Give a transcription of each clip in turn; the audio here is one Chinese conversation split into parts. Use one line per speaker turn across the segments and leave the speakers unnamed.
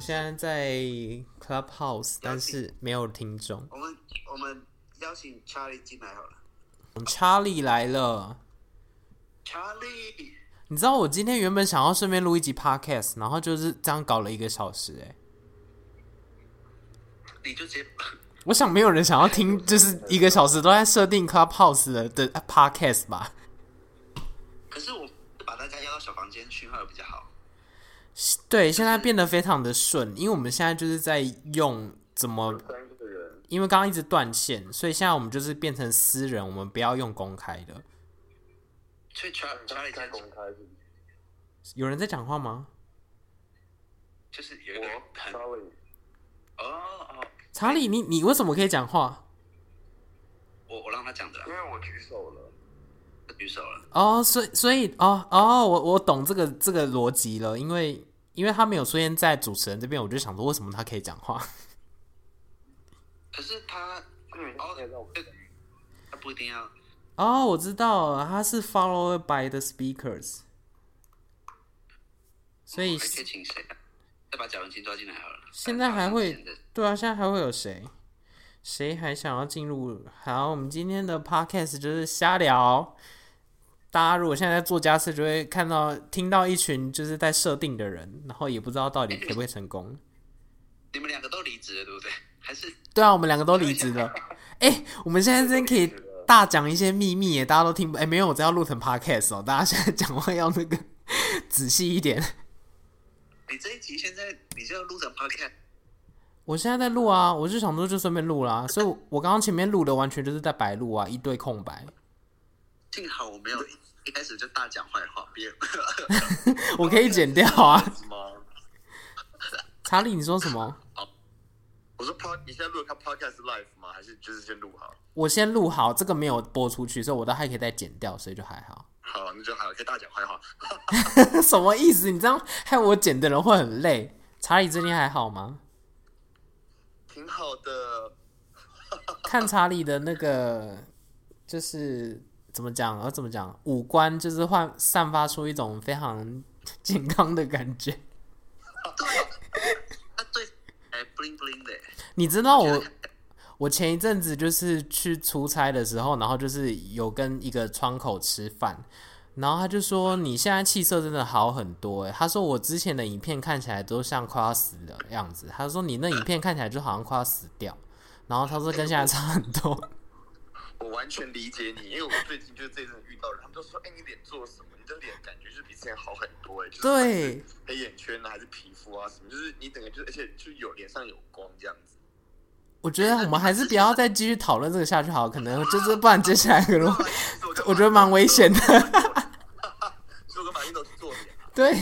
现在在 Clubhouse，但是没有听众。
我们我们邀请查理进来好了。
查理来了，
查理，
你知道我今天原本想要顺便录一集 Podcast，然后就是这样搞了一个小时、欸，哎，
你就直接
我想没有人想要听，就是一个小时都在设定 Clubhouse 的的 Podcast 吧？
可是我把大家邀到小房间去，会比较好。
对，现在变得非常的顺，因为我们现在就是在用怎么，
三个人，
因为刚刚一直断线，所以现在我们就是变成私人，我们不要用公开的。
所以
嗯
查查理
在
今
公
天
开是不
有人在讲话吗？
就是有一
是
个人
我
很
查理，
哦哦，
查理，你你为什么可以讲话？
我我让他讲的啦
因，为我举手了，
他举手了。
哦，所以所以哦哦，我我懂这个这个逻辑了，因为因为他没有出现在主持人这边，我就想说为什么他可以讲话？
可是他
嗯
哦
现在我，
对他不一定要
哦，我知道了，他是 followed by the speakers，所以
还可以请谁啊？再把贾文清抓进来好了。
现在还会
把他抓进来
对啊，现在还会有谁？谁还想要进入？好，我们今天的 podcast 就是瞎聊。大家如果现在在做家事，就会看到听到一群就是在设定的人，然后也不知道到底可不可以成功。
你们两个都离职了，对不对？还是
对啊，我们两个都离职了。 哎、我们现在这边可以大讲一些秘密耶，大家都听不。哎、没有，我这要录成 podcast 哦，大家现在讲话要那个 仔细一点。
你这一集现在你就要录成 podcast？
我现在在录啊，我是想说就顺便录啦，所以我我刚刚前面录的完全就是在白录啊，一堆空白。
幸好我没有一开始就大讲坏话，别人
我可以剪掉啊。
是吗？
查理，你说什么？
我说 pod，你现在录看 podcast live 吗？还是就是先录好？
我先录好，这个没有播出去，所以我都还可以再剪掉，所以就还好。
好，那就还有可以大讲坏话。
什么意思？你这样害我剪的人会很累。查理最近还好吗？
挺好的，
看查理的那个，就是怎么讲，呃，怎么讲，五官就是换散发出一种非常 健康的感觉。
啊
他对哎 bling bling 的，
你知道我，我前一阵子就是去出差的时候，然后就是有跟一个窗口吃饭，然后他就说你现在气色真的好很多、欸，他说我之前的影片看起来都像快要死的样子，他说你那影片看起来就好像快要死掉，然后他说跟现在差很多，
我完全理解你，因为我最近就是这一阵遇到人，他们都说，哎、你脸做了什么？你的脸感觉就是比之前好很多、哎，就是不管是
对
黑眼圈啊，还是皮肤啊什么，就是你整个就是，而且就有脸上有光这样子。
我觉得我们还是不要再继续讨论这个下去好了，可能就是不然接下来可能会 我觉得蛮危险的。
所以我跟马云都去做脸啊，
对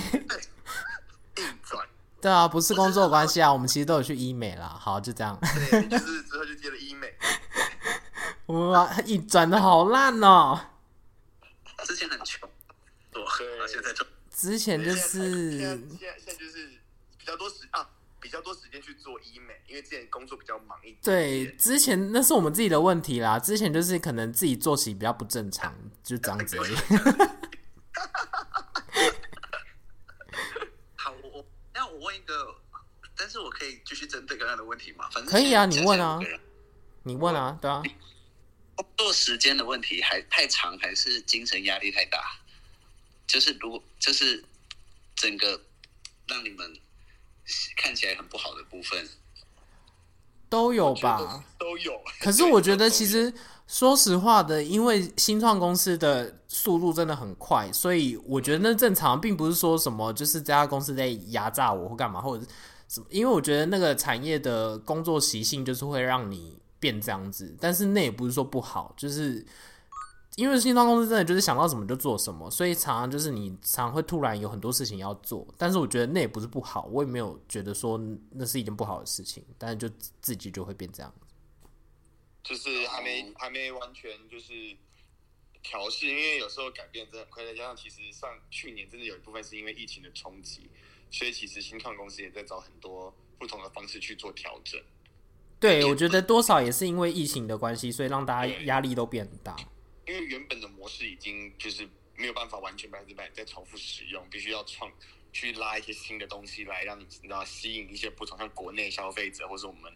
硬转。
对啊，不是工作关系啊，我们其实都有去医美啦。好，就这样。
对，就是之后就接了医美。
我们把一转的好烂哦、
之前很穷，对，
对
然后现在就
之前就
现在
是
现在现在就是比较多时啊，比较多时间去做医美，因为之前工作比较忙一点。
对之前那是我们自己的问题啦，之前就是可能自己作息比较不正常，就这样子而已。
好，我我那我问一个，但是我可以继续针对刚刚的问题吗？反正
可以啊
现在
你问啊
现在五个人
你问啊，对啊，
工作时间的问题还太长，还是精神压力太大？就是如果就是整个让你们看起来很不好的部分，
都有
我觉
吧
得。都有。
可是我觉得其实说实话的，因为新创公司的速度真的很快，所以我觉得那正常，并不是说什么就是这家公司在压榨我或干嘛，或者是什么。因为我觉得那个产业的工作习性就是会让你变这样子，但是那也不是说不好，就是。因为新创公司真的就是想到什么就做什么，所以常常就是你常会突然有很多事情要做，但是我觉得那也不是不好，我也没有觉得说那是一件不好的事情，但是就自己就会变这样。
就是还没还没完全就是调试，因为有时候改变真的很快，再加上其实上去年真的有一部分是因为疫情的冲击，所以其实新创公司也在找很多不同的方式去做调整。
对，我觉得多少也是因为疫情的关系，所以让大家压力都变大。
因为原本的模式已经就是没有办法完全百分之百再重复使用，必须要创去拉一些新的东西来让你你知道吸引一些不同，像国内消费者或是我们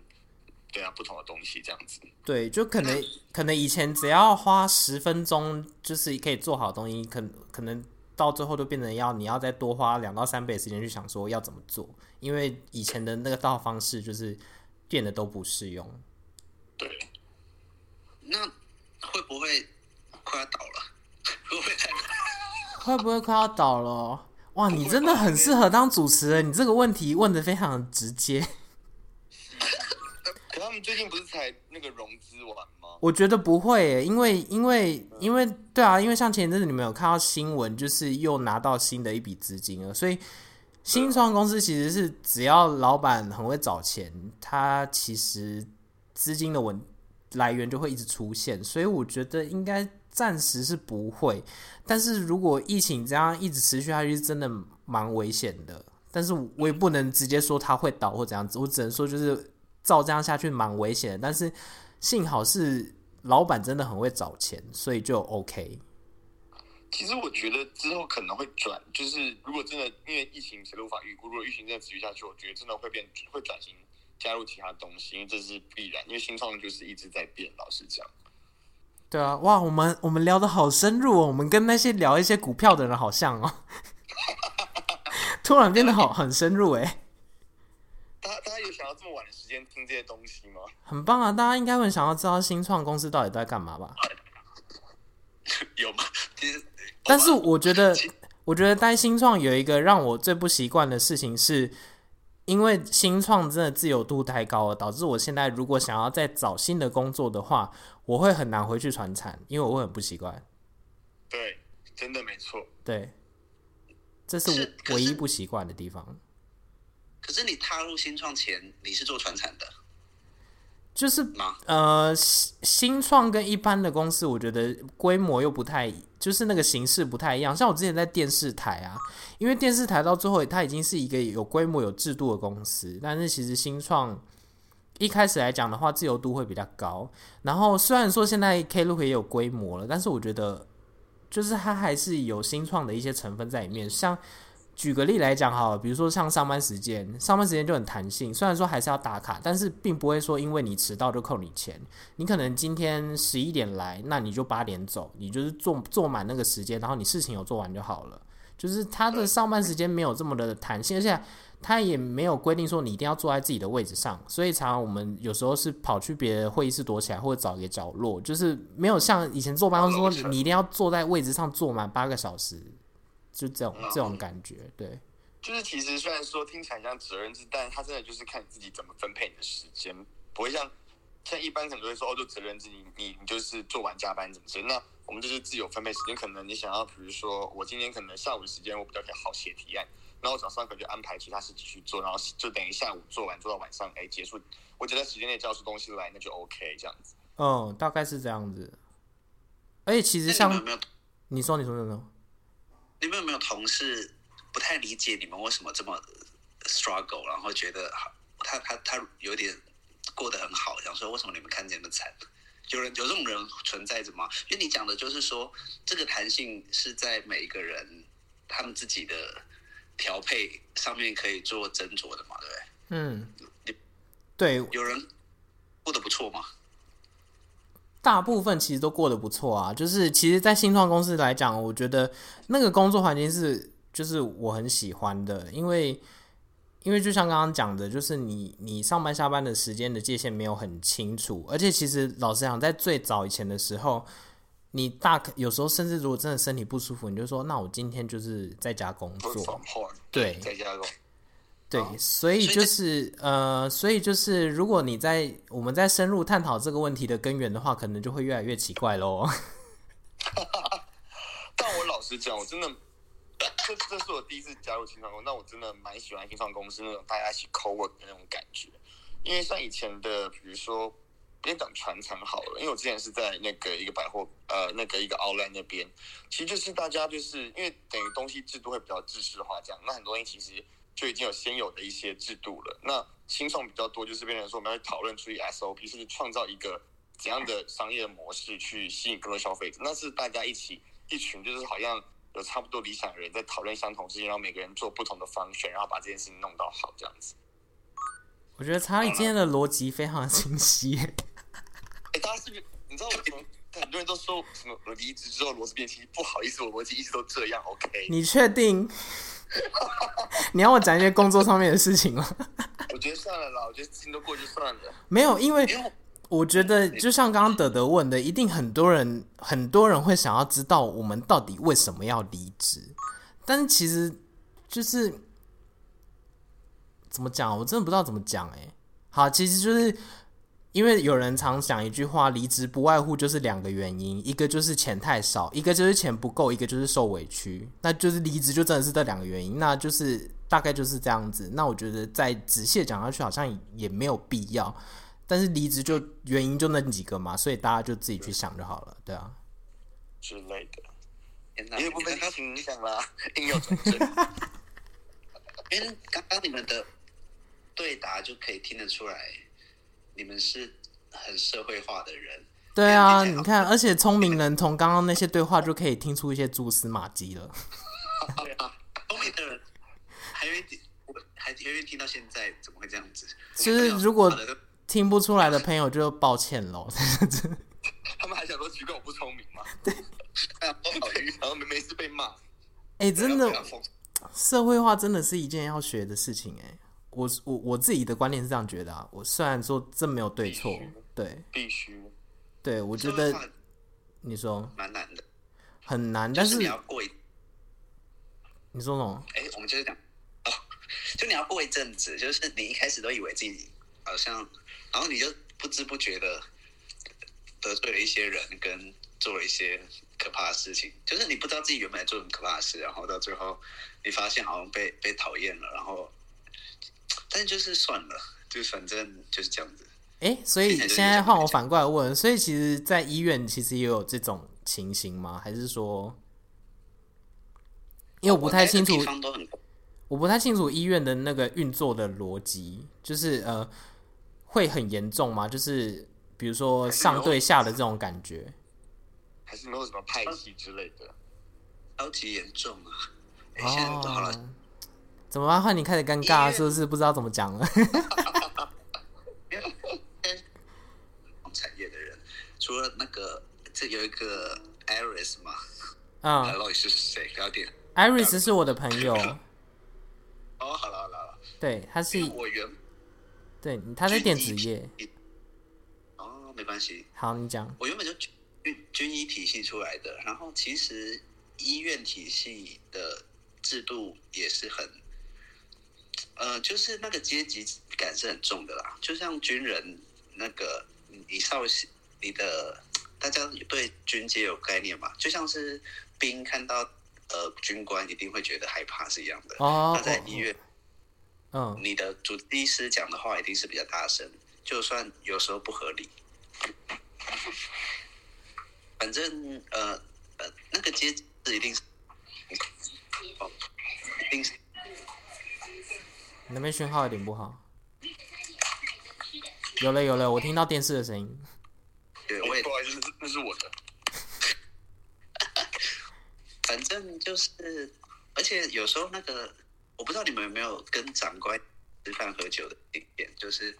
对啊不同的东西这样子。
对，就可能可能以前只要花十分钟，就是可以做好东西，可可能到最后都变成要你要再多花两到三倍的时间去想说要怎么做，因为以前的那个道方式就是变得都不适用。
对，
那会不会快要倒了？ 会不会太
会不会快要倒了哦？哇，你真的很适合当主持人，你这个问题问的非常直接。
可他们最近不是才那个融资完吗？
我觉得不会耶，因为因为因为对啊，因为像前一阵子你们有看到新闻，就是又拿到新的一笔资金了，所以新创公司其实是只要老板很会找钱，他其实资金的稳来源就会一直出现，所以我觉得应该暂时是不会。但是如果疫情这样一直持续下去，是真的蛮危险的。但是我也不能直接说它会倒或怎样子，我只能说就是照这样下去蛮危险的。但是幸好是老板真的很会找钱，所以就 OK。
其实我觉得之后可能会转，就是如果真的因为疫情谁都无法预估，如果疫情真的持续下去，我觉得真的会变会转型加入其他东西，因为这是必然，因为新创就是一直在变，老实讲。
对啊，哇，我们我们聊的好深入哦，我们跟那些聊一些股票的人好像哦， 突然变得好很深入欸诶，
大家大家有想要这么晚的时间听这些东西吗？
很棒啊！大家应该会想要知道新创公司到底在干嘛吧？
有 吗？其实，
但是我觉得，我觉得待新创有一个让我最不习惯的事情是，因为新创真的自由度太高了，导致我现在如果想要再找新的工作的话，我会很难回去传产，因为我会很不习惯。
对，真的没错。
对，这是
是可
唯一
是
不习惯的地方。
可是你踏入新创前，你是做传产的
就是
吗？
呃，新新创跟一般的公司，我觉得规模又不太，就是那个形式不太一样。像我之前在电视台啊，因为电视台到最后它已经是一个有规模、有制度的公司，但是其实新创一开始来讲的话，自由度会比较高。然后虽然说现在 Klook 也有规模了，但是我觉得就是它还是有新创的一些成分在里面，像。举个例来讲好了，比如说像上班时间，上班时间就很弹性，虽然说还是要打卡，但是并不会说因为你迟到就扣你钱。你可能今天十一点来，那你就八点走，你就是做做满那个时间，然后你事情有做完就好了。就是他的上班时间没有这么的弹性，而且他也没有规定说你一定要坐在自己的位置上，所以常常我们有时候是跑去别的会议室躲起来，或者找一个角落，就是没有像以前坐办公室说你一定要坐在位置上坐满八个小时，就这种这种感觉，对。
就是其实虽然说听起来像责任制，但它真的就是看你自己怎么分配你的时间，不会像像一般可能会说哦，就责任制，你你你就是做完加班怎么之类。那我们就是自由分配时间，可能你想要，比如说我今天可能下午的时间我比较可以好写提案，那我早上可能就安排其他事情去做，然后就等于下午做完做到晚上，哎，结束，我只在时间内交出东西来，那就 OK 这样子。
嗯，大概是这样子。而且其实
那你们有
像
没有？
你说，你说，你说，
你们有没有同事不太理解你们为什么这么呃 struggle，然后觉得好他他他有点过得很好，想说为什么你们看起来那么惨？有人有这种人存在着吗？因为你讲的就是说，这个弹性是在每一个人他们自己的调配上面可以做斟酌的嘛，对不对？
嗯，对，
有人过得不错吗？
大部分其实都过得不错啊。就是其实，在新创公司来讲，我觉得那个工作环境是就是我很喜欢的，因为因为就像刚刚讲的，就是你你上班下班的时间的界限没有很清楚，而且其实老实讲，在最早以前的时候。你大可有时候甚至如果真的身体不舒服，你就说那我今天就是在家工
Work
作
from，home，
啊
对
在家工
对，所以
所以
就
这
是呃，所以就是，如果你在我们在深入探讨这个问题的根源的话，可能就会越来越奇怪喽。
但我老实讲，我真的，这这是我第一次加入新创公司，那我真的蛮喜欢新创公司那种大家一起 co work 的那种感觉。因为像以前的，比如说，别讲传承好了，因为我之前是在那个一个百货，呃，那个一个 outlet 那边，其实就是大家就是因为等于东西制度会比较制式化这样，那很多东西其实就已经有先有的一些制度了。那新创比较多就是变成说我们要去讨论出一个 SOP，甚至创造一个怎样的商业模式去吸引更多消费者，那是大家一起一群就是好像有差不多理想的人在讨论相同事情，然后每个人做不同的方选，然后把这件事情弄到好这样子。
我觉得查理今天的逻辑非常的清晰。
哎，大家是不是你知道我怎么？很多人都说什么我离职之后逻辑变清晰，不好意思，我逻辑一直都这样。OK，
你确定？ 你要我讲一些工作上面的事情吗？
我觉得算了啦，我觉得事情都过就算了。
没有，因为
因为
我觉得就像刚刚德德问的，一定很多人很多人会想要知道我们到底为什么要离职，但是其实就是怎么讲，啊我真的不知道怎么讲哎、好，其实就是因为有人常讲一句话，离职不外乎就是两个原因，一个就是钱太少，一个就是钱不够，一个就是受委屈。那就是离职就真的是这两个原因，那就是大概就是这样子。那我觉得再直线讲下去好像也没有必要，但是离职就原因就那几个嘛，所以大家就自己去想就好了，对啊。
之类的，
天哪！
也有部
你刚
分疫
刚
情影响啦，硬要转正。
因为刚刚你们的对答就可以听得出来，你们是很社会化的人。
对
哎
啊，
听起来
你看，而且聪明人从刚刚那些对话就可以听出一些蛛丝马迹了。
对啊，聪明的人还愿意，我还愿意听到现在，怎么会这样子？
就是如果
我们没有
听不出来的朋友就抱歉喽。
他们还想说奇怪我不聪明吗？
好的都好运
然后没没事被骂，
哎、真的
不，要疯
社会化真的是一件要学的事情哎、我我我自己的观念是这样觉得啊。我虽然说这没有对错
必须，
对
必须
对，我觉
说实
得
话
你说
蛮难的，
很难，
就
但
是
是
你要过一，
你说什么？
哎、我们就是讲，哦，就你要过一阵子，就是你一开始都以为自己好像，然后你就不知不觉的得罪了一些人，跟做了一些可怕的事情，就是你不知道自己原本做很可怕的事，然后到最后你发现好像被被讨厌了，然后，但是就是算了，就反正就是这样子。
哎、所以现在换我反过来问，所以其实，在医院其实也有这种情形吗？还是说，因为我不太清楚
哦我待的地方都很
我不太清楚医院的那个运作的逻辑，就是呃，会很严重吗？就是比如说上对下的这种感觉，
还是没有什么派系之类的。
超级严重啊！哎、现在都好了，
哦，怎么办？换你开始尴尬，
医院
是不是不知道怎么讲了？
产业的人，除了那个这有一个 Iris 嘛，他
嗯
到底是谁？不要点。
，Iris 是我的朋友，
哦，好了好了好了，
对，他是
呃因为我原
对他在电子业。
哦没关系，
好，你讲，
我原本就军军医体系出来的，然后其实医院体系的制度也是很，呃，就是那个阶级感是很重的啦。就像军人那个，你你少校你的大家对军阶有概念嘛？就像是兵看到呃军官一定会觉得害怕是一样的。
哦
那在医院，
嗯，
你的主治医师讲的话一定是比较大声，就算有时候不合理。反正呃呃，那个阶级一定是，哦一定是
你那边讯号有点不好。有了有了，我听到电视的声音。
对，我
我
也
也哎不好意思，那是我的。
反正就是，而且有时候那个，我不知道你们有没有跟长官吃饭喝酒的经验，就是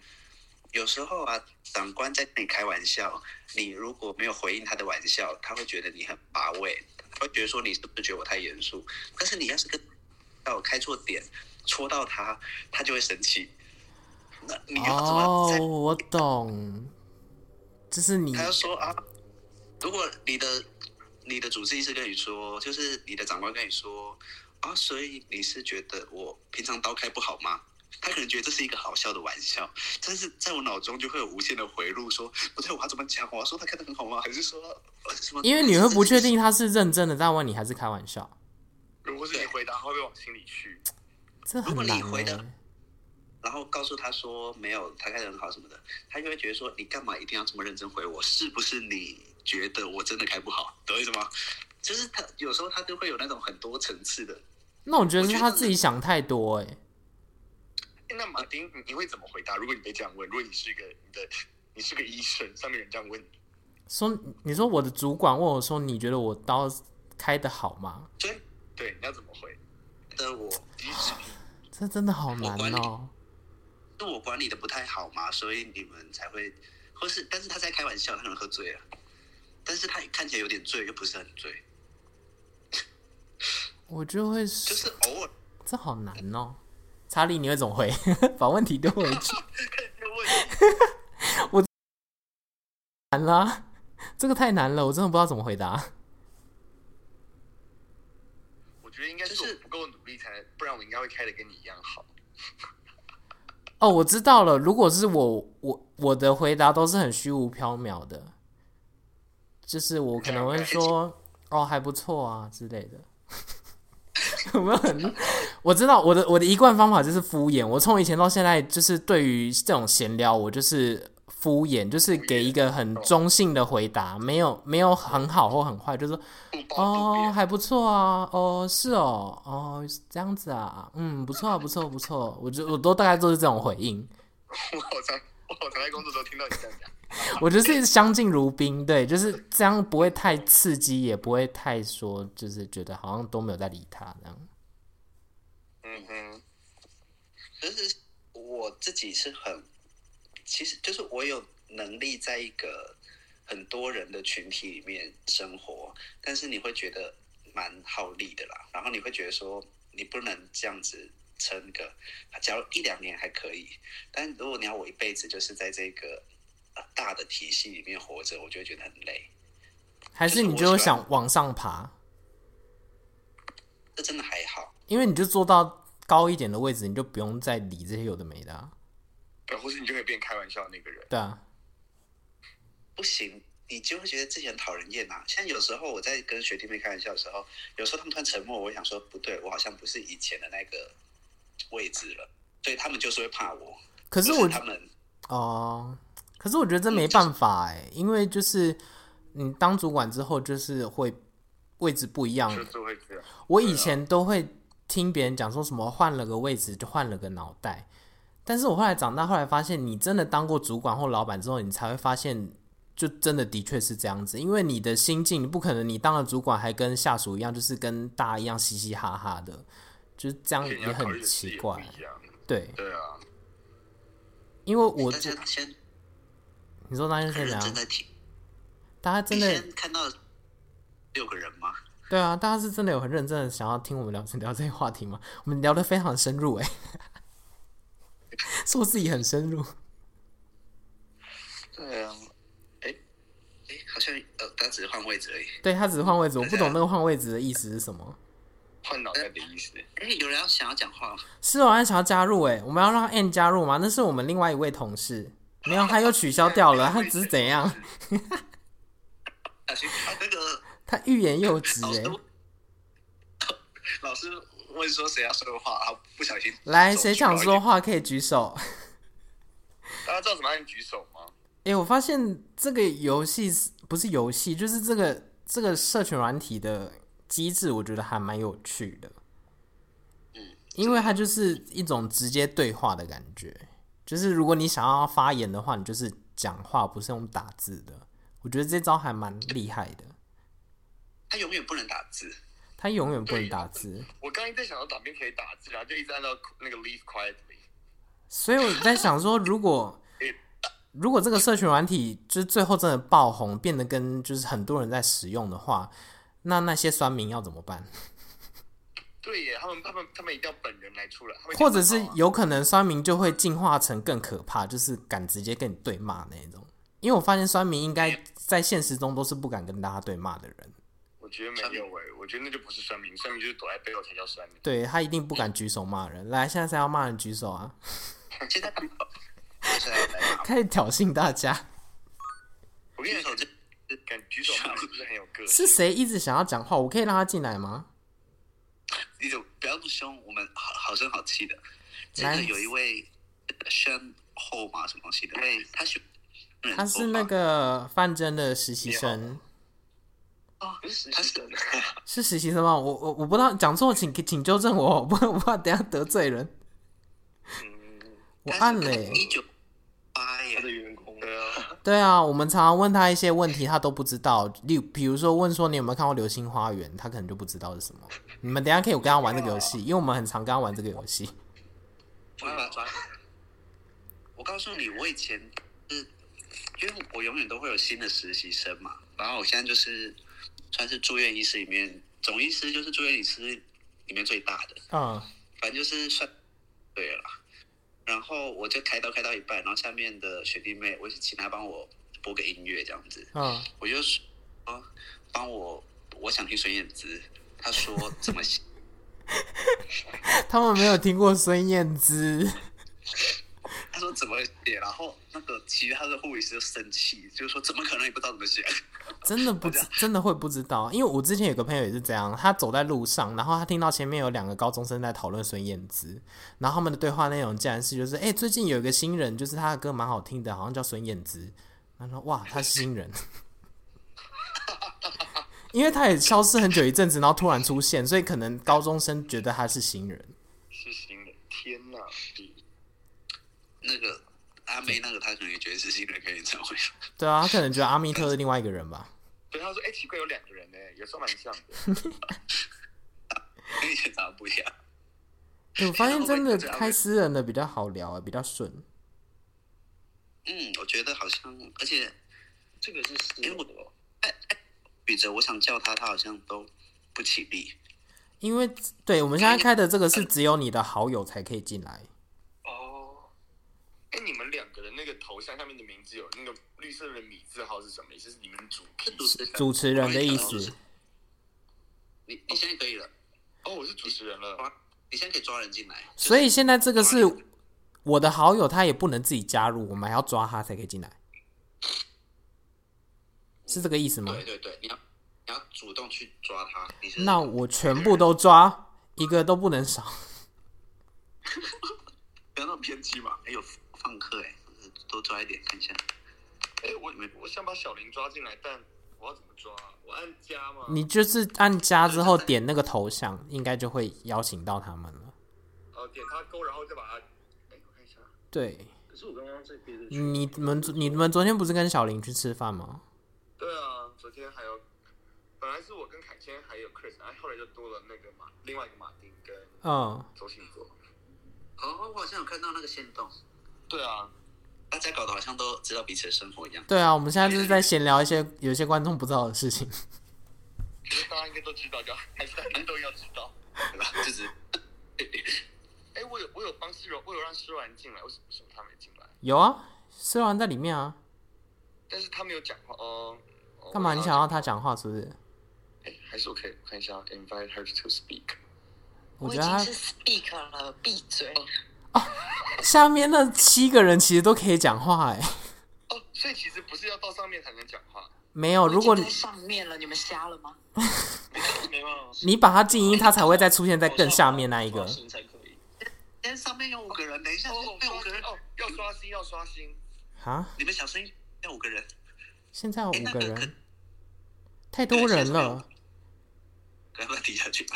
有时候啊，长官在跟你开玩笑，你如果没有回应他的玩笑，他会觉得你很乏味，他会觉得说你是不是觉得我太严肃？但是你要是跟到开错点，戳到他，他就会生气。那你要怎么在
哦，我懂，就是你
他就说啊，如果你的你的主治医师跟你说，就是你的长官跟你说啊，所以你是觉得我平常刀开不好吗？他可能觉得这是一个好笑的玩笑，但是在我脑中就会有无限的回路说，不对，我要怎么讲？我要说他开的很好吗？还是说呃什么？
因为你会不确定他是认真的在问你还是开玩笑，
如果是你回答，会不会往心里去？
这
如
很
果你
难、
回答
欸。
然后告诉他说没有，他开的很好什么的，他就会觉得说你干嘛一定要这么认真回我？是不是你觉得我真的开不好？懂我意思吗？就是他有时候他都会有那种很多层次的
那我觉得是
我觉得
他自己想太多哎、
诶那马丁，你你会怎么回答？如果你被这样问，如果你是一个你的，你是个医生，上面人这样问你，
说你说我的主管问我说你觉得我刀开的好吗？
所以
要怎么回？
的我一直
这真的好难
我管你
哦。
是我管理的不太好嘛，所以你们才会，或是但是他在开玩笑，他可能喝醉了，但是他看起来有点醉，又不是很醉，
我就会
就是偶尔
这好难哦。查理，你会怎么回？ 把问题丢回去，
就问
难啦，这个太难了，我真的不知道怎么回答。
我觉得应该是
就是
我不够努力才能，不然我应该会开的跟你一样好。
哦，我知道了。如果是我，我我的回答都是很虚无缥缈的，就是我可能会说“哦，还不错啊”之类的。 有没有很？我知道我的我的一贯方法就是敷衍。我从以前到现在，就是对于这种闲聊，我就是敷衍，就是给一个很中性的回答，没有没有很好或很坏，就是说
不包不
哦，
贬，
还不错啊，哦，是哦，哦，这样子啊，嗯，不错啊，不错，不错，我就我都大概都是这种回应，
我好常我好常在工作的时候听到你这样讲。
我就是相敬如宾，对，就是这样，不会太刺激，也不会太说，就是觉得好像都没有在理他这样。
嗯哼，
可是我自己是很，其实就是我有能力在一个很多人的群体里面生活，但是你会觉得蛮耗力的啦。然后你会觉得说，你不能这样子撑个，假如一两年还可以，但如果你要我一辈子就是在这个呃大的体系里面活着，我就会觉得很累。
还是你就会想往上爬，
这真的还好，
因为你就坐到高一点的位置，你就不用再理这些有的没的、啊，
对，或是你就可以变开玩笑的那个人。
对啊，
不行，你就会觉得自己很讨人厌呐、像有时候我在跟学弟妹开玩笑的时候，有时候他们突然沉默，我会想说不对，我好像不是以前的那个位置了，所以他们就是会怕我。
可是
不
我
他们
哦、可是我觉得这没办法哎、因为就是你当主管之后，就是会位置不一样。
就是会这样，
我以前都会听别人讲说什么换了个位置就换了个脑袋，但是我后来长大，后来发现你真的当过主管或老板之后，你才会发现。就真的的确是这样子，因为你的心境，你不可能你当了主管还跟下属一样，就是跟大家一样嘻嘻哈哈的，就是这样
而且你
也
要考虑
很
的事
奇
也
怪
不。一样。
对，
对啊，
因为
哎
我
但是他先
你说那件
很
事怎
认
样
真？在听，
大家真
你
的
先看到六个人吗？
对啊，大家是真的有很认真的想要听我们聊聊这些话题吗？我们聊得非常深入哎、 说自己很深入，
对啊，
哎，好像呃，他只是换位置而已。
对他只是换位置，我不懂那个换位置的意思是什么。
换脑袋的意思。
哎，有人要想要讲话吗？
是哦，安想要加入哎、我们要让 N 加入吗？那是我们另外一位同事，没有，他又取消掉了，他只是怎样？
啊，行啊那个
他欲言又止
老
哎、
师问，老师问说谁要说话，然后不小心
来，
手
谁
举高
想
一
说
点？
话可以举手。
大家知道怎么按举手吗？
哎、我发现这个游戏是不是游戏，就是这个这个社群软体的机制，我觉得还蛮有趣的。
嗯，
因为它就是一种直接对话的感觉，就是如果你想要发言的话，你就是讲话，不是用打字的。我觉得这招还蛮厉害的，
他永远不能打字。
它永远不能打字，
我刚刚一直在想到哪边可以打字，然啊后就一直按到那个 leave quietly。
所以我在想说，如果如果这个社群软体就是最后真的爆红，变得跟就是很多人在使用的话，那那些酸民要怎么办？
对耶，他们他们他们一定要本人来出来，他们一定
或
要
者是
本人啊
有可能酸民就会进化成更可怕，就是敢直接跟你对骂那种。因为我发现酸民应该在现实中都是不敢跟大家对骂的人，
我觉得没有哎，我觉得那就不是酸民，酸民就是躲在背后才叫酸民。
对他一定不敢举手骂人。来，现在谁要骂人举手啊？
现在不好，现在来吧
开始挑衅大家。
我跟
举
你
手
讲，
这
敢举手骂人 是不是很有个性？
是谁一直想要讲话？我可以让他进来吗？
你怎么不要那么凶？我们好好声好气的。这
来
个有一位宣后嘛，什么东西的？对，他选
他是那个范真的实习生，
哦，
不是
他
实习
是
生，
是实习生吗？我我我不知道，讲错请请纠正我， 我不我怕等下得罪人。
嗯，
我按了、
一九八
他
耶，
的员工。对啊，
对啊，我们常常问他一些问题，他都不知道。例如，比如说问说你有没有看过《流星花园》，他可能就不知道是什么。你们等一下可以跟他玩这个游戏，因为我们很常跟他玩这个游戏。
我要把抓。我告诉你，我以前是，因为我永远都会有新的实习生嘛，然后我现在就是算是住院医师里面总医师，就是住院医师里面最大的，
嗯，
反正就是算对了啦。然后我就开刀开到一半，然后下面的学弟妹，我就请她帮我播个音乐这样子，
嗯，
我就说啊帮我，我想听孙燕姿，她说怎么写？
他们没有听过孙燕姿，
他说怎么写，然后那个其他的护理师就生气，就说怎么可能你不知道怎么写？
真的不知，真的会不知道。因为我之前有个朋友也是这样，他走在路上，然后他听到前面有两个高中生在讨论孙燕姿，然后他们的对话内容竟然是就是，哎、最近有一个新人，就是他的歌蛮好听的，好像叫孙燕姿。他说，哇，他是新人， 因为他也消失很久一阵子，然后突然出现，所以可能高中生觉得他是新人。
是新人，天哪！
那个阿妹那个，他可能也觉得是新人可以成为。
对啊，他可能觉得阿密特是另外一个人吧。
对，他说，哎、奇怪，有两个人呢、有时候蛮像 的。
跟以前长得不一样。
欸我发现真的开私人的比较好聊、啊，比较顺。
嗯，我觉得好像，而且哎
这个是私
人的
哦。
哎宇哲，我想叫他，他好像都不起立。
因为对我们现在开的这个是只有你的好友才可以进来，
哦，哎、你们两个人那个头像下面的名字有那个绿色的米字号是什么意思？是你们主题？
主持人，
主持人的意思。
哦你你现在可以了，呃
哦，我是主持人了。
你现在可以抓人进来。就是
所以现在这个是我的好友，他也不能自己加入，我们还要抓他才可以进来，是这个意思吗？
对对对，你要你要主动去抓他。你是
那我全部都抓，一个都不能少。
不要那么偏激嘛。哎呦，放课哎，多抓一点看一下。
哎、我我想把小林抓进来，但我要怎么抓啊、我按加吗？
你就是按加之后点那个头像，应该就会邀请到他们了。
哦，点他勾，然后再把它。哎、我看一下。
对，
可是我刚刚在别的。
你们你们昨天不是跟小林去吃饭吗？
对啊，昨天还有，本来是我跟凯谦还有 Chris，然后后来就多了那个马，另外一个马丁跟
嗯，
周信卓。
哦，我好像有看到那个线动，
对啊，
大家搞得好像都知道彼此的生活一样。
对啊，我们现在就是在闲聊一些有些观众不知道的事情。
我觉得大家应该都知道，就还是大家都要知道。
对吧？就是，
哎、我有我有帮诗柔，我有让诗然进来，为什么为什么他没进来？
有啊，虽然在里面啊，
但是他没有讲话哦。哦
干嘛？
我
你
让他
想要他讲话是不是？
哎、还是我可以我看一下，invite her to speak。
我
已
觉得
经
他
是 speak 了，闭嘴。
哦
下面那七个人其实都可以讲话哎、
哦，所以其实不是要到上面才能讲话，
没有，
我
如果
已
你
经在上面了，你们瞎了 吗？
没
啊
有。
你把它静音，它才会再出现在更下面那一个。
才可以。
今天上面有五个人，等一下
哦，
上面有
刷
五个
新
人，
哦，要刷新要刷新。
啊，
你们小声音，要五个人。
现在有
哎
五
那
个
个哎可
人，太多人了。
该不要低下去 吧？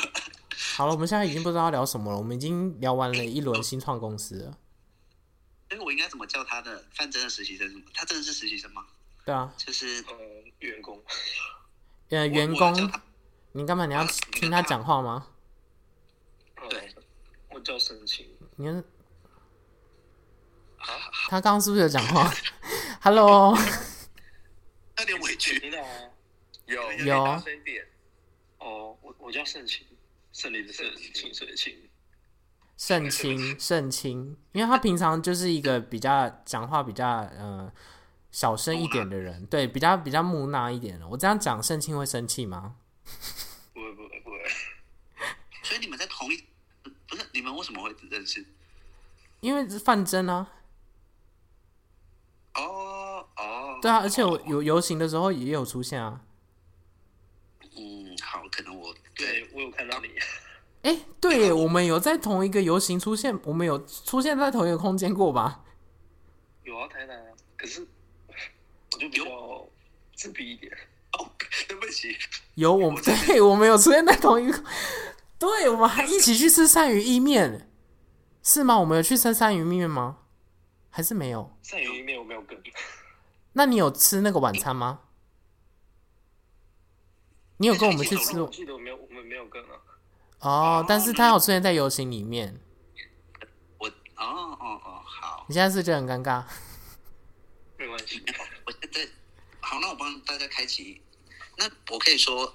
好了，我们现在已经不知道要聊什么了，我们已经聊完了一轮新创公司了。
所以我应该怎么叫他的范真的实习生是吗？他真的是实习生吗？
对啊，
就是
呃，员工。
呃，
我
员
我
工
要，叫他
你干嘛？你要听他讲话吗？
对，
哦
我叫申请。
你看他刚刚是不是有讲话？Hello，
有点委屈。
领导啊，
有
有
可以大声一点。
哦，我我叫盛清，胜利的胜，清水的清。
盛清，盛清，因为他平常就是一个比较讲话比较呃小声一点的人，对，比较比较木讷一点的人。我这样讲，盛清会生气吗？
不会不会不会，
所以你们在同一，不是你们为什么会认识？
因为是范真啊，
哦哦，
对啊，而且我有游行的时候也有出现啊。
嗯，好，可能我对
对我有看到你，
哎、对耶，我们有在同一个游行出现，我们有出现在同一个空间过吧？
有啊，台南啊，可是我就比较自闭一点。
哦，对不起，
有，我们 对，我们有出现在同一个，对，我们还一起去吃鳝鱼意面，是吗？我们有去吃鳝鱼意面吗？还是没有？
鳝鱼意面我没有跟，
那你有吃那个晚餐吗？你有跟我们去吃
我记得我没有，我们没有跟啊。
哦，但是他有出现在游行里面，
我哦哦哦，好，
你现在是不是觉得很尴尬？
没关系，
我现在好，那我帮大家开启。那我可以说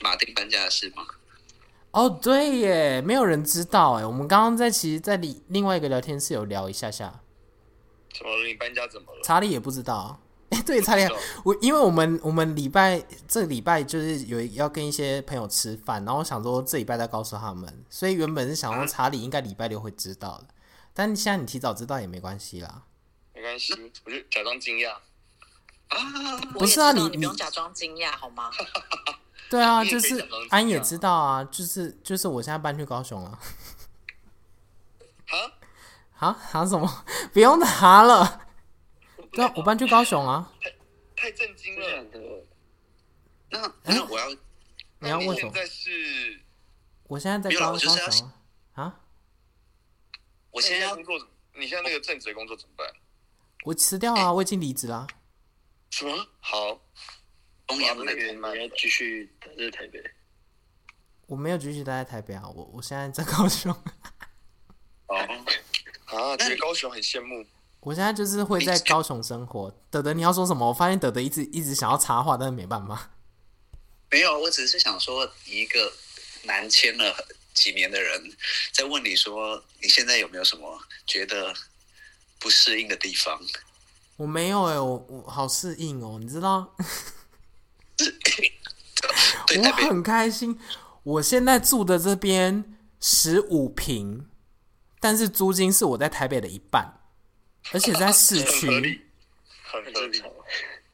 马丁搬家的事吗？
哦，对耶，没有人知道哎。我们刚刚在其实，在里另外一个聊天室有聊一下下，
怎么了？你搬家怎么了？
查理也不知道。哎， 对，查理
不知道，
我因为我们我们礼拜这礼拜就是有要跟一些朋友吃饭，然后我想说这礼拜再告诉他们，所以原本是
啊
想说查理应该礼拜六会知道的，但现在你提早知道也没关系啦。
没关系，我就假装惊讶。
啊，
不
我也
是
知
啊
道
你
你不用
你
假装惊讶好吗？
对啊，
你也
就
可以
是
假装知
安也
道
知道啊，就是就是我现在搬去高雄了。
哈，
啊，喊什么？不用查了。对啊，我搬去高雄啊。
太震惊
真的假
了。
的？
那那我要
你要问
那
什
现
么？
在是
我现在在
没有
高
啦我
高
就是要
雄啊啊，
我
我
现在要
工作怎么？你现在哦那个正职的工作怎么办？
我辞掉了啊，我已经离职啦。
什么？好，
东阳的
那个你要继续待在台北。
我没有继续待在台北啊，我我现在 在高雄，
哦，
啊，
那
觉
你
得高雄很羡慕。
我现在就是会在高雄生活。德德，你要说什么？我发现德德一直一直想要插话，但是没办法。
没有，我只是想说，一个南迁了几年的人，在问你说，你现在有没有什么觉得不适应的地方？
我没有哎、我我好适应哦，你知道，
对台
我
北，
很开心。我现在住的这边十五平，但是租金是我在台北的一半，而且在市
合
区。
理，很
很
合
正
理。
常。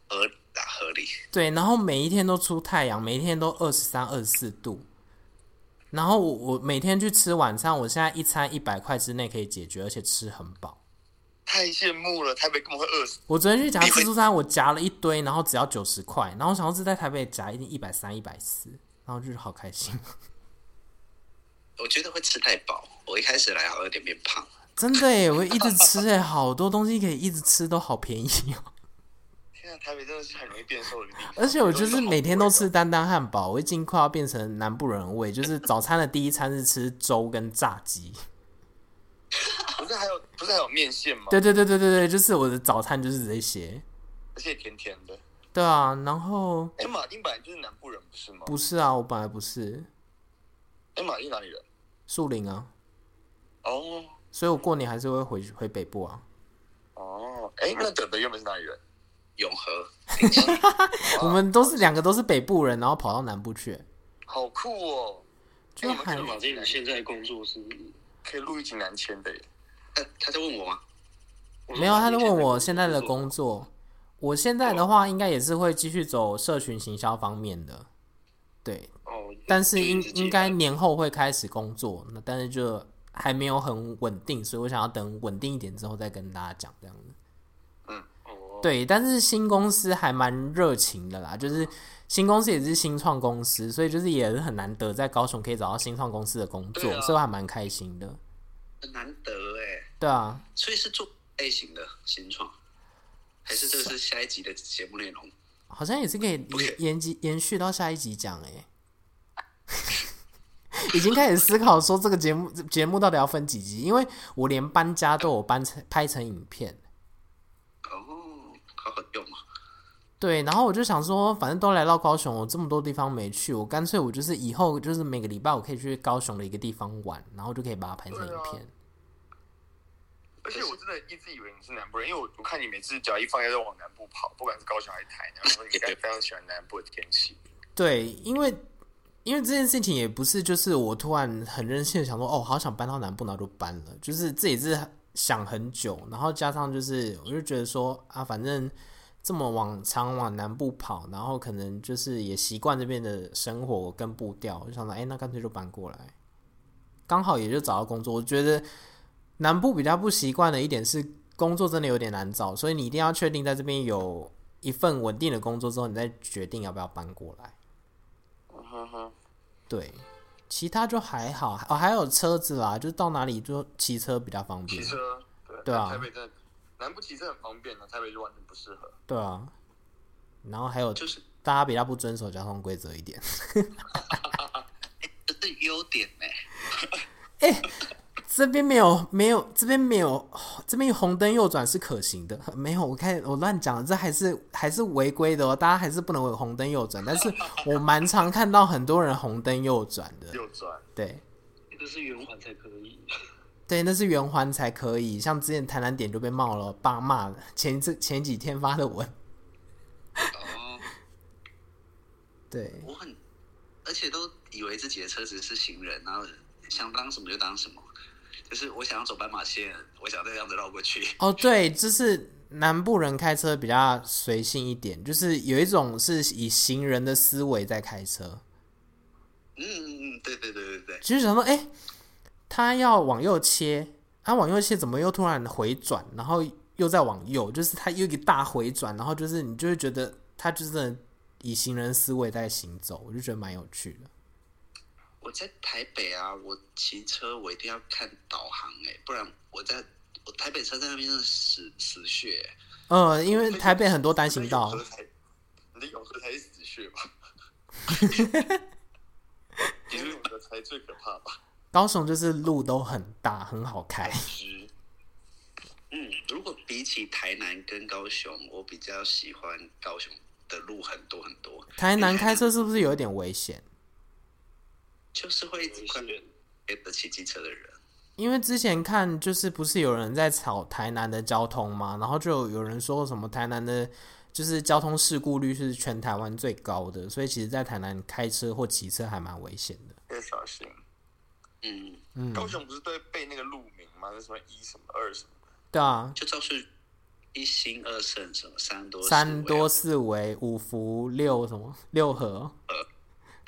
合啊合理，
对，然后每一天都出太阳，每一天都二十三、二十四度。然后我我每天去吃晚餐，我现在一餐一百块之内可以解决，而且吃很饱。
太羡慕了，台北根本会饿死。
我昨天去夹自助餐，我夹了一堆，然后只要九十块，然后我想要是在台北夹一定一百三、一百四，然后就是好开心，
我觉得会吃太饱。我一开始来好像有点变胖，
真的耶！我一直吃哎，好多东西可以一直吃，都好便宜哦。
天啊，台北真的是很容易变瘦的一个地方。
而且我就是每天都吃丹丹汉堡，我已经快要变成南部人味，就是早餐的第一餐是吃粥跟炸鸡。
不是还有不是还有面线吗？
对对对对对对，就是我的早餐就是这些。
而且甜甜的。
对啊，然后
哎，马丁本来就是南部人，不是吗？
不是啊，我本来不是
哎，马丁哪里人？
树林啊，
哦
所以我过年还是会回回北部啊。
哦，哎，那德德原本是哪里人？
永和
我们都是两个都是北部人，然后跑到南部去，
好酷哦，
就
哎
还
你
那
们
马丁，你现在工作是？
可以录一集南迁的耶。
他他在问我吗？
我说
没有。啊他
马
就
丁
问我现在的工作，我现在的话应该也是会继续走社群行销方面的，对，
哦，
但是应
就是自己
应该年后会开始工作，那但是就还没有很稳定，所以我想要等稳定一点之后再跟大家讲这样子。
嗯
哦，
对，但是新公司还蛮热情的啦，就是新公司也是新创公司，所以就是也是很难得在高雄可以找到新创公司的工作，
对啊
所以我还蛮开心的。
很难得哎、
对啊，
所以是做类型的新创，还是这个是下一集的节目内容？
好像也是可以延延及延续到下一集讲诶、 已经开始思考说这个节目节目到底要分几集，因为我连搬家都有搬成拍成影片。
哦，好好用啊！
对，然后我就想说，反正都来到高雄，我这么多地方没去，我干脆我就是以后就是每个礼拜我可以去高雄的一个地方玩，然后就可以把它拍成影
对啊
片。
而且我真的一直以为你是南部人，因为我我看你每次只要一放假就往南部跑，不管是高雄还是台南，然后你应该非常喜欢南部的天气。
对，因为因为这件事情也不是就是我突然很任性的想说，哦，好想搬到南部，然后就搬了，就是这也是想很久，然后加上就是我就觉得说啊，反正这么往常往南部跑，然后可能就是也习惯这边的生活跟步调，我就想说，哎、那干脆就搬过来，刚好也就找到工作。我觉得南部比较不习惯的一点是工作真的有点难找，所以你一定要确定在这边有一份稳定的工作之后，你再决定要不要搬过来。
嗯哼哼，
对，其他就还好啊哦，还有车子啦，就到哪里就骑车比较方便
骑。车，对
对啊
台北真的南部其实很方便的，啊台北就完全不适合。
对啊。然后还有
就是
大家比较不遵守交通规则一点。
哎这是优点欸呢、
哎、这边没有没有，这边没有，这边红灯右转是可行的。没有，我看我乱讲了，这还是还是违规的哦，大家还是不能红灯右转。但是我蛮常看到很多人红灯右转的，
右转，
对
这个是圆环才可以。
对，那是圆环才可以。像之前台南点就被骂了，爸骂了。前这前几天发的文，
哦，
对
我很，而且都以为自己的车子是行人，然后想当什么就当什么，就是我想要走斑马线，我想这样子绕过去。
哦对，就是南部人开车比较随性一点，就是有一种是以行人的思维在开车。
嗯嗯嗯，对对对对对，
就是想说，哎、他要往右切，他、往右切怎么又突然回转，然后又再往右，就是他又一个大回转，然后就是你就会觉得他就是真的以行人思维在行走，我就觉得蛮有趣的。
我在台北啊，我骑车我一定要看导航哎、不然我在我台北车在那边是死死穴欸、
嗯，因为台北很多单行道
你的，永和才你的永和才是死穴吧？ 你的永和才最可怕吧？
高雄就是路都很大，很好开。
直
嗯，如果比起台南跟高雄，我比较喜欢高雄的路很多很多，
台南开车是不是有一点危险？
就是会一直快
危险
别的骑机车的人。
因为之前看就是不是有人在炒台南的交通嘛，然后就有人说什么台南的，就是交通事故率是全台湾最高的，所以其实，在台南开车或骑车还蛮危险的。
要小心。
嗯，
嗯，
高雄不是都会背那个路名吗？那什么一什么二什么？
对啊，
就照是一心二圣什么三多
三多
四啊
四维五福六什么六合，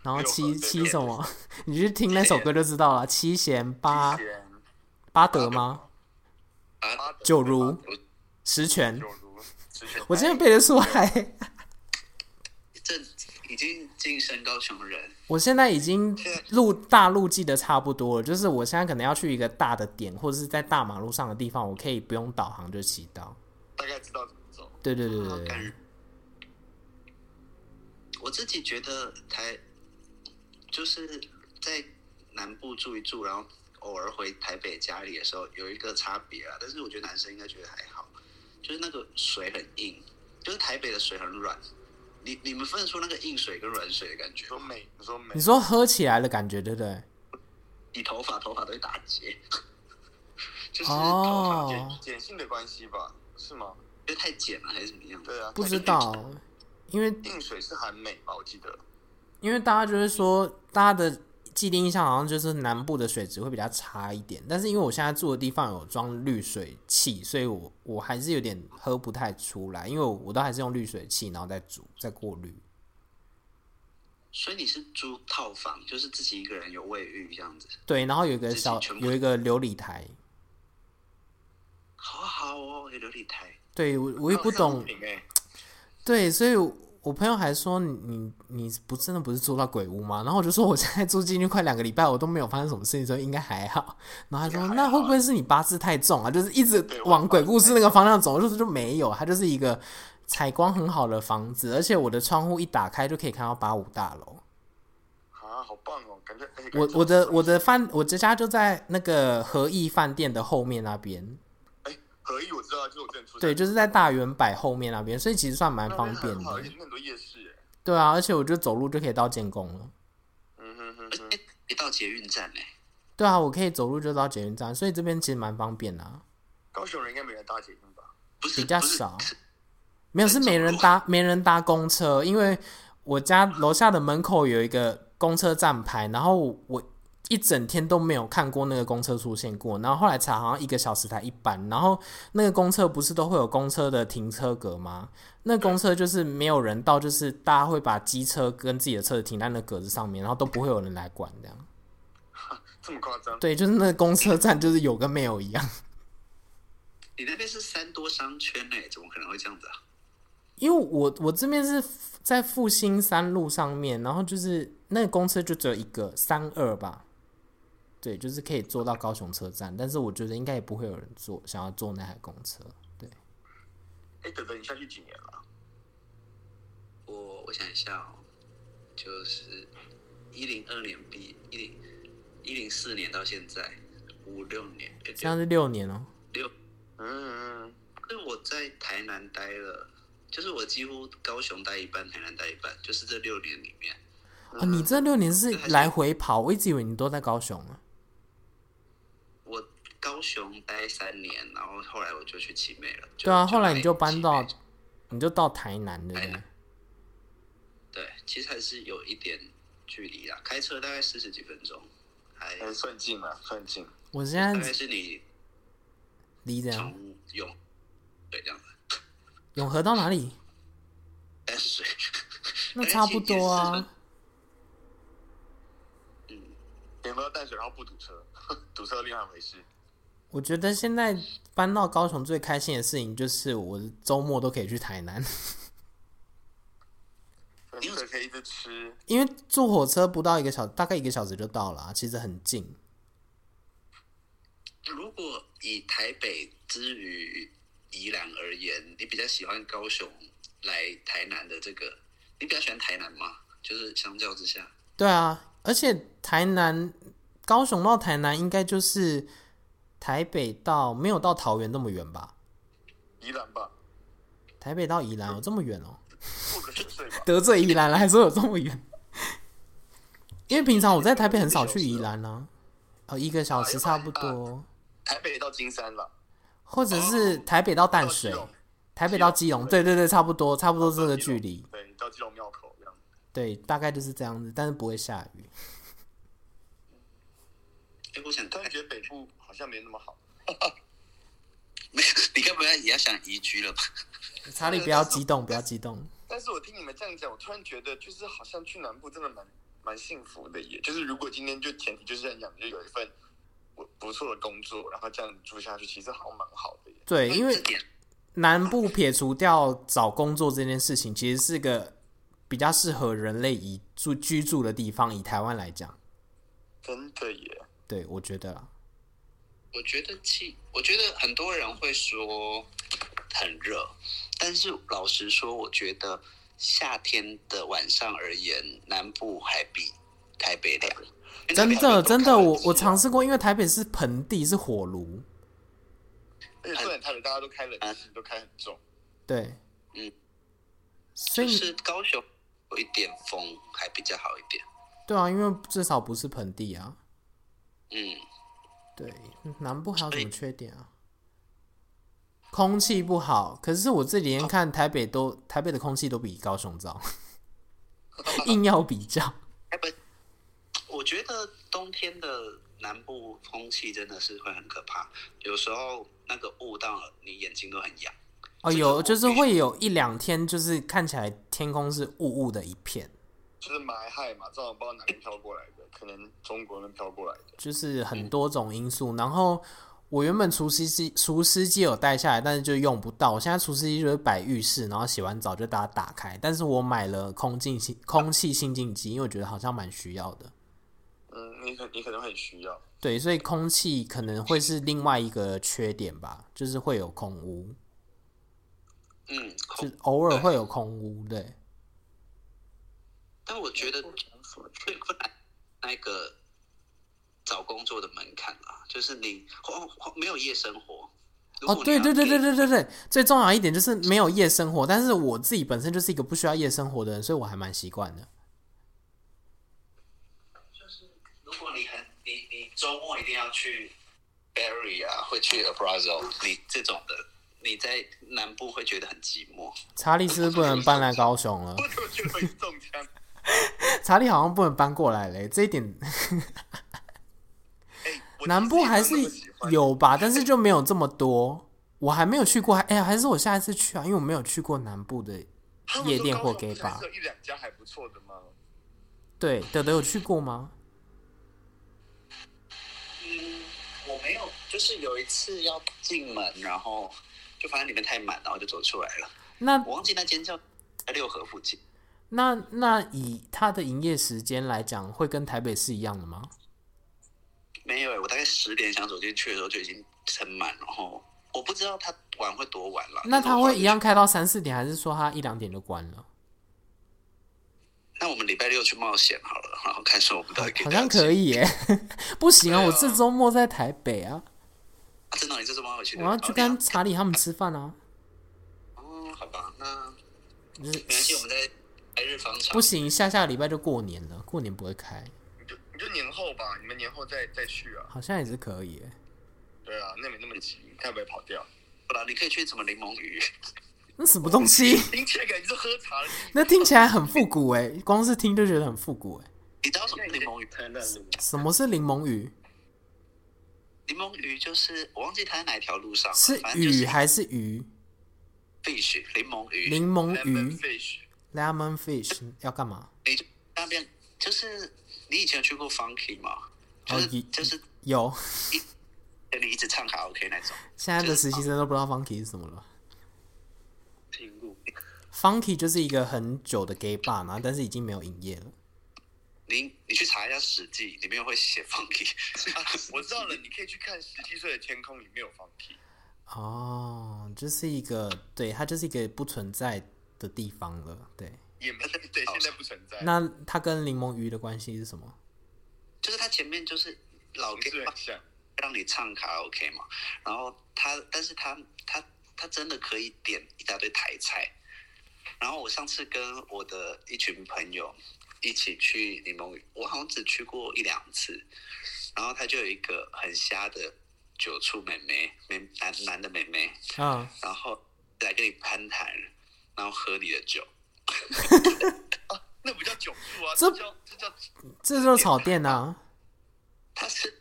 然后
六
七
合对
七
六合
什么，你去听那首歌就知道了。七贤八
之前
八德吗？
维啊，
八德
九如
八德
十全
九，如 之前
我真的背得出来。
这已经晋升高雄人，
我现在已经路大路记得差不多了，就是我现在可能要去一个大的点，或者是在大马路上的地方，我可以不用导航就骑到。
大概知道怎么走。
对对对
好
对
哦感
对
人。我自己觉得台就是在南部住一住，然后偶尔回台北家里的时候，有一个差别啊。但是我觉得男生应该觉得还好，就是那个水很硬，就是台北的水很软。你你们分得出那个硬水跟软水的感觉
你
吗？
说美，你说美
你，说喝起来的感觉，对不对？
你头发头发都会打结， 就是头发
哦
碱，碱性的关系吧？是吗？
就太剪了还是怎么样？
对啊，
不知道，因为
硬水是含镁吧？我记得。
因为大家就是说，大家的既定印象好像就是南部的水质会比较差一点，但是因为我现在住的地方有装滤水器，所以我我还是有点喝不太出来，因为我我都还是用滤水器，然后再煮再过滤。
所以你是租套房，就是自己一个人有卫浴这样子，
对，然后有一个
自己
小
全部
有一个琉璃台，
好好哦，有琉璃台。
对我我也不懂，
哎，
对，所以我朋友还说你你你不真的不是住到鬼屋吗？然后我就说我现在住进去快两个礼拜，我都没有发生什么事情，所以应该还好。然后他
应
说
该还
那会不
好啊
会是你八字太重啊？就是一直
对我
往
八
鬼
字
故事
太
那个方向走，就是就没有，它就是一个采光很好的房子，而且我的窗户一打开就可以看到八五大楼。
啊，好棒哦，感觉。哎感觉
我我的我的饭我的家就在那个和义饭店的后面那边，
哎，合一我知道，就是我之前出差
对，就是在大圆柏后面那边，所以其实算蛮
那
方
边
便
很好，而
的
且。那很多夜市。哎
对啊，而且我就走路就可以到建工了。
嗯哼哼
而
哼，
且一呃到捷运站嘞、
对啊，我可以走路就到捷运站，所以这边其实蛮方便的、啊，
高雄人应该没人搭捷运吧？
不是
比较
不是
少。没有是
走
没人
路
搭 没人搭公车，因为我家楼下的门口有一个公车站牌，然后我一整天都没有看过那个公车出现过，然后后来查好像一个小时才一班，然后那个公车不是都会有公车的停车格吗？那公车就是没有人到，就是大家会把机车跟自己的车子停在那格子上面，然后都不会有人来管这样。
这么夸张？
对，就是那个公车站就是有跟没有一样。
你那边是三多商圈嘞、怎么可能会这样子啊？
因为我我这边是在复兴三路上面，然后就是那个公车就只有一个三二吧，对，就是可以坐到高雄车站，但是我觉得应该也不会有人坐想要坐那台公车，对，
哎，等等，你下去几年了？啊
我我想一下哦，就是一零二年毕一零一零四年到现在五六年，哎
这样是六年哦、
六，
嗯，嗯
就是我在台南待了，就是我几乎高雄待一半，台南待一半，就是这六年里面，
啊，你这六年是来回跑，我一直以为你都在高雄啊。
我高雄待三年，然后后来我就去奇美了。就
对啊，
就
后来你就搬
奇
到
美，
你就到台南，对不
台
对
南？对，其实还是有一点距离啊，开车大概四十几分钟，还
嗯，哎，算近了，算近。
我现
大
在
概是你
离这样，
从永对这样
永和到哪里？
淡水，
那差不多啊。
嗯，
有没有淡水，然后不堵车？堵车另外一回事。
我觉得现在搬到高雄最开心的事情就是我周末都可以去台南，
但是可以一直吃，
因为坐火车不到一个小，大概一个小时就到了、啊，其实很近。
如果以台北之于宜兰而言，你比较喜欢高雄来台南的这个，你比较喜欢台南吗？就是相较之下，
对啊，而且台南、高雄到台南应该就是台北到没有到桃园那么远吧？
宜兰吧，
台北到宜兰有这么远哦、
或者是睡吧。
得罪宜兰了，还说有这么远？ 因为平常我在台北很少去宜兰啊，哦，一个小时啊差不多，
台北到金山了，
或者是台北到淡水
到基隆，
台北到基隆，对对对，差不多，差不多这个
到基隆
距离，
对，到基隆庙口这样。
对，大概就是这样子，但是不会下雨。
哎，我想
突
台
然觉得北部好像没那么好。
没有， 你该不要也要想移居了吧？
查理，不要激动，不要激动。
但是我听你们这样讲，我突然觉得就是好像去南部真的蛮蛮幸福的耶。就是如果今天就前提就是很想就有一份不不错的工作，然后这样住下去，其实好像蛮好的耶。
对，因
嗯这
为
点
南部撇除掉找工作这件事情，其实是个比较适合人类以住居住的地方。以台湾来讲，
真的耶，
对我觉得啦，
我觉得气，我觉得很多人会说很热，但是老实说，我觉得夏天的晚上而言，南部还比台北凉。因为台
真
北还
的
有多
真的，
看
我
冷气
我尝试过，因为台北是盆地，是火炉，哎
而且重点台北大家都开冷气，都开很重。
对，
嗯，
所
就
以、
是高雄有一点风还比较好一点。
对啊，因为至少不是盆地啊，
嗯，
对，南部还有什
所
么
以
缺点啊？空气不好，可是我这几天看台北都台北的空气都比高雄 糟，硬要比较，
台北，我觉得冬天的南部空气真的是会很可怕，有时候那个雾到了你眼睛都很痒。
哦，
这个
有
我
就是
必须
会有一两天，就是看起来天空是雾雾的一片，
就是霾害嘛，这种不知道哪边飘过来的，可能中国那边飘过来的。
就是很多种因素。然后我原本除湿机除湿机有带下来，但是就用不到。我现在除湿机就是摆浴室，然后洗完澡就把它打开。但是我买了空净新空气清净机，因为我觉得好像蛮需要的。
嗯，你可你可能很需要。
对，所以空气可能会是另外一个缺点吧，就是会有空污，
嗯，
就
空
是偶尔会有空污。对，
但我觉得
什么
最困难那个找工作的门槛啊，就是你哦哦没有夜生活。如
哦
果，你
对
要
对对对对
给，
对对，最重要一点就是没有夜生活。但是我自己本身就是一个不需要夜生活的人，所以我还蛮习惯的。
如果你很你你周末一定要去 Barry 啊，会去 Abrazo，你这种的，你在南部会觉得很寂寞。
查理是不是不能搬来高雄了？
我怎么觉得会中 枪？
查理好像不能搬过来嘞，这一 点
哎，我其实
南部还是
也没有那么喜欢
有吧，但是就没有这么多。我还没有去过，哎、呀，还是我下一次去啊，因为我没有去过南部的
他们
夜
说
店
高
或
雄
gay
不是还
bar
是。有一两家还不错的吗？
对，德德有去过吗？
嗯，我没有，就是有一次要进门，然后就发现里面太满，然后就走出来了。
那
我忘记那间叫在六合附近。
那那以它的营业时间来讲，会跟台北市一样的
啊
吗？
没有欸，我大概十点想走进去的时候就已经撑满，然后我不知道他玩会多晚了。
那
但是我
他会
发
一样开到三四点，还是说他一两点就关了？
那我们礼拜六去冒险好了，然后看说我们到底可以
好像可
以。
以耶， 不行啊！
对啊
我这周末在台北啊，
啊、真的哦，你这周末回去？
我要去跟查理他们吃饭啊。
哦，好吧，那
就
啊没关系，我
是
们在白日方长。
不行，下下礼拜就过年了，过年不会开，
你就你就年后吧，你们年后再再去啊。
好像也是可以耶。
对啊，那没那么急，看会不会跑掉。
不啦，你可以去什么柠檬鱼？
那什么东西？
听起来感觉是喝茶的。
那听起来很复古哎，光是听就觉得很复古哎。
你知道什么是柠檬鱼？
台南的吗？
什么是柠檬雨？
柠檬鱼就是我忘记它在哪一条路上了，
是
反正就是
雨还是鱼？
fish 柠檬鱼，
柠檬
Lemon
鱼
fish，
（lemon fish） 要干嘛？
你就那边就是你以前有去过 Funky 吗？就
哦
是、
以
就是
有，
跟你一直唱卡拉 OK 那种。
现在的实习生都不知道 funky 是什么了。
听过，
Funky 就是一个很久的 gay bar，然后但是已经没有营业了。
你你去查一下《史记》，里面会写 Funky。
我知道了，你可以去看《十七岁的天空》，里面有放屁。
哦，就是一个，对，它就是一个不存在的地方了。对，
也没对，现在不存在。
那它跟柠檬鱼的关系是什么？
就是他前面就是老
不
给
是很像，
让你唱卡拉 OK 嘛，然后他，但是他他他真的可以点一大堆台菜。然后我上次跟我的一群朋友一起去柠檬屿，我好像只去过一两次。然后他就有一个很瞎的酒醋妹妹，妹男男的妹妹，
啊，
然后来跟你攀谈，然后喝你的酒。
那不叫酒醋啊，
这
这叫这叫
这就是草店啊呐、
他是，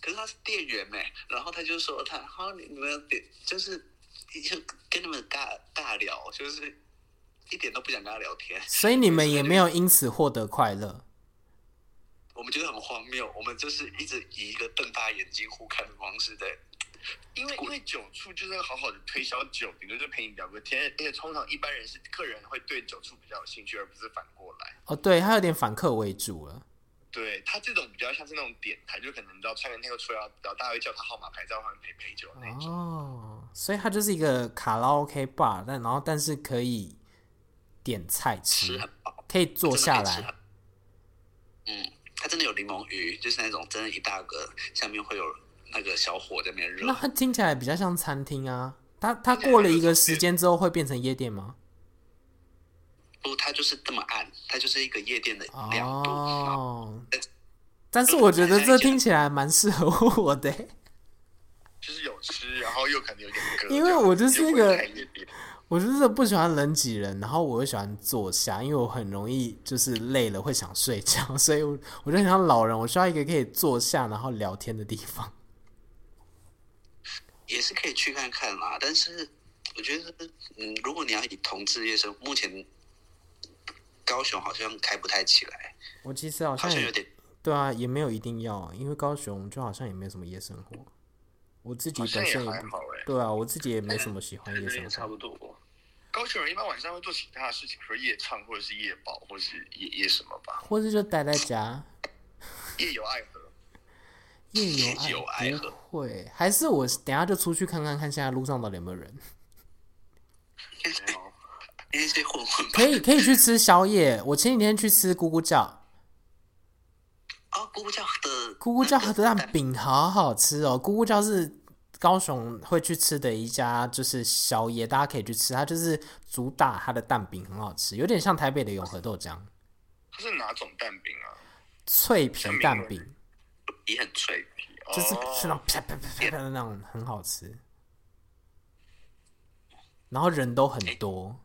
可是他是店员哎、然后他就说他，然后你们要点就是就跟你们尬尬聊，就是一点都不想跟他聊天，
所以你们也没有因此获得快乐。
我们觉得很荒谬，我们就是一直以一个瞪大眼睛互看的方式在，
因为因为酒醋就是好好的推销酒，顶多就陪你聊个天，而且通常一般人是客人会对酒醋比较有兴趣，而不是反过来。
哦，对，它有点反客为主了。
对他这种比较像是那种点台，就可能你知道穿个内裤出来，然后大家会叫他号码牌，在外面陪陪酒的那种。
哦，所以它就是一个卡拉 OK bar，但然后但是可以点菜
吃
吃
很，饱，
可以坐下
真的可以吃很
来。
嗯，他真的有柠檬鱼，就是那种真的一大个，下面会有那个小火在那边热
那，它听起来比较像餐厅啊。它它过了一个时间之后会变成夜店吗？
不，它就是这么暗，它就是一个夜店的亮度，然后
哦，但是我觉得这听起来蛮适合我的欸、
就是有吃，然后又可能有点歌，
因为我就是一个
就不会太夜店
我就是不喜欢人挤人，然后我又喜欢坐下，因为我很容易就是累了会想睡觉，所以我我就很像老人，我需要一个可以坐下然后聊天的地方。
也是可以去看看啦，但是我觉得，嗯，如果你要以同志夜生，目前高雄好像开不太起来，
我其实好
好
像
像有
也
点
对啊，也没有一定要，因为高雄就好像也没什么夜生活，我自己
好像
本
也
身也
还
不
好哎、
对啊，我自己也没什么喜欢夜
那
生
也差
活。
不多。
高雄人一般晚上会做其他的事情，比如夜唱或者是夜保，或者是夜夜什么吧，
或是就待在家，
夜游爱河。
夜
夜
游
游爱
不
河
会，还是我等一下就出去看看看现在路上到底有没有人。
因为这混混吧
可以可以去吃宵夜。我前几天去吃咕咕叫，
哦，姑姑叫的
咕咕叫啊的蛋饼好好吃哦。咕咕叫是高雄会去吃的一家，就是宵夜，大家可以去吃。它就是主打它的蛋饼很好吃，有点像台北的永和豆浆
它是哪种蛋饼啊？
脆皮蛋饼，
也很脆，
就是是那
哦
种啪啪啪啪啪的那种，很好吃。然后人都很
哎
多，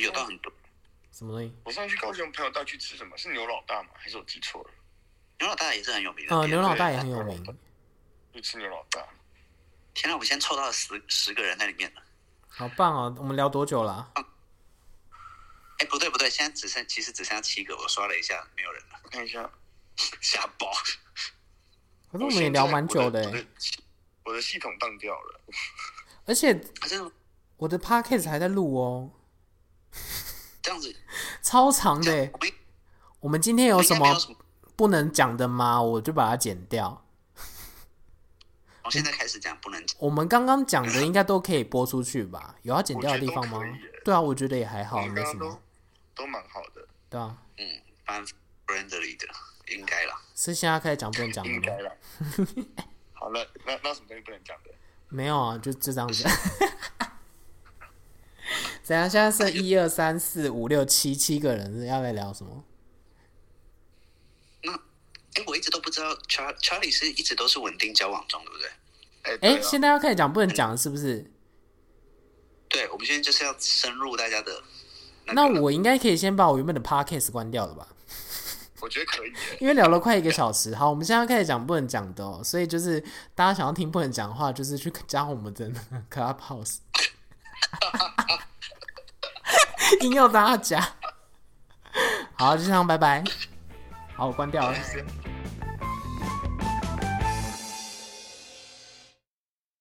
有到很多。
什么东西？
我上次去高雄朋友带去吃什么？是牛老大吗？还是我记错了？
牛老大也是很有名的店，
呃，牛老大也很
对
有名。
去吃牛老大。
天哪，我们现在凑到了十十个人在里面了。
好棒哦！我们聊多久了啊？
哎，不对不对，现在只剩其实只剩下七个，我刷了一下，没有人了，
我看一下，
吓爆！
可是我们也聊蛮久的
我的
欸，。
我的系统当掉了，
而且
啊，这样
我的 podcast 还在录哦，
这样子，
超长的欸。
我们
我们今天有
我们
什
应该没
么
有什么
不能讲的吗？我就把它剪掉。
从现在开始讲不能讲，
我们刚刚讲的应该都可以播出去吧？有要剪掉的地方吗
我觉得都可以耶？
对啊，我觉得也还
我
好，
们
没
刚
什
刚
么
都。都蛮好的，
对啊，
嗯，蛮 friendly 的，应该啦。
是现在开始讲不能讲了
应该
吗？
啦。 好了，那那什么东西不能讲的？
没有啊，就就这 样子。怎样？现在剩一二三四五六七七个人，要来聊什么？
那，哎，我一直都不知道 Char Charlie 是一直都是稳定交往中，对不对？
哎、对
哎、
啊
现在要开始讲不能讲了，是不是？
对，我们现在就是要深入大家的那
那
个。
我应该可以先把我原本的 podcast 关掉了吧？
我觉得可以耶。
因为聊了快一个小时。好，我们现在要开始讲不能讲的哦，所以就是大家想要听不能讲的话，就是去加我们的那个 Clubhouse，硬要大家加。好，就这样，拜拜。好，我关掉了。
谢谢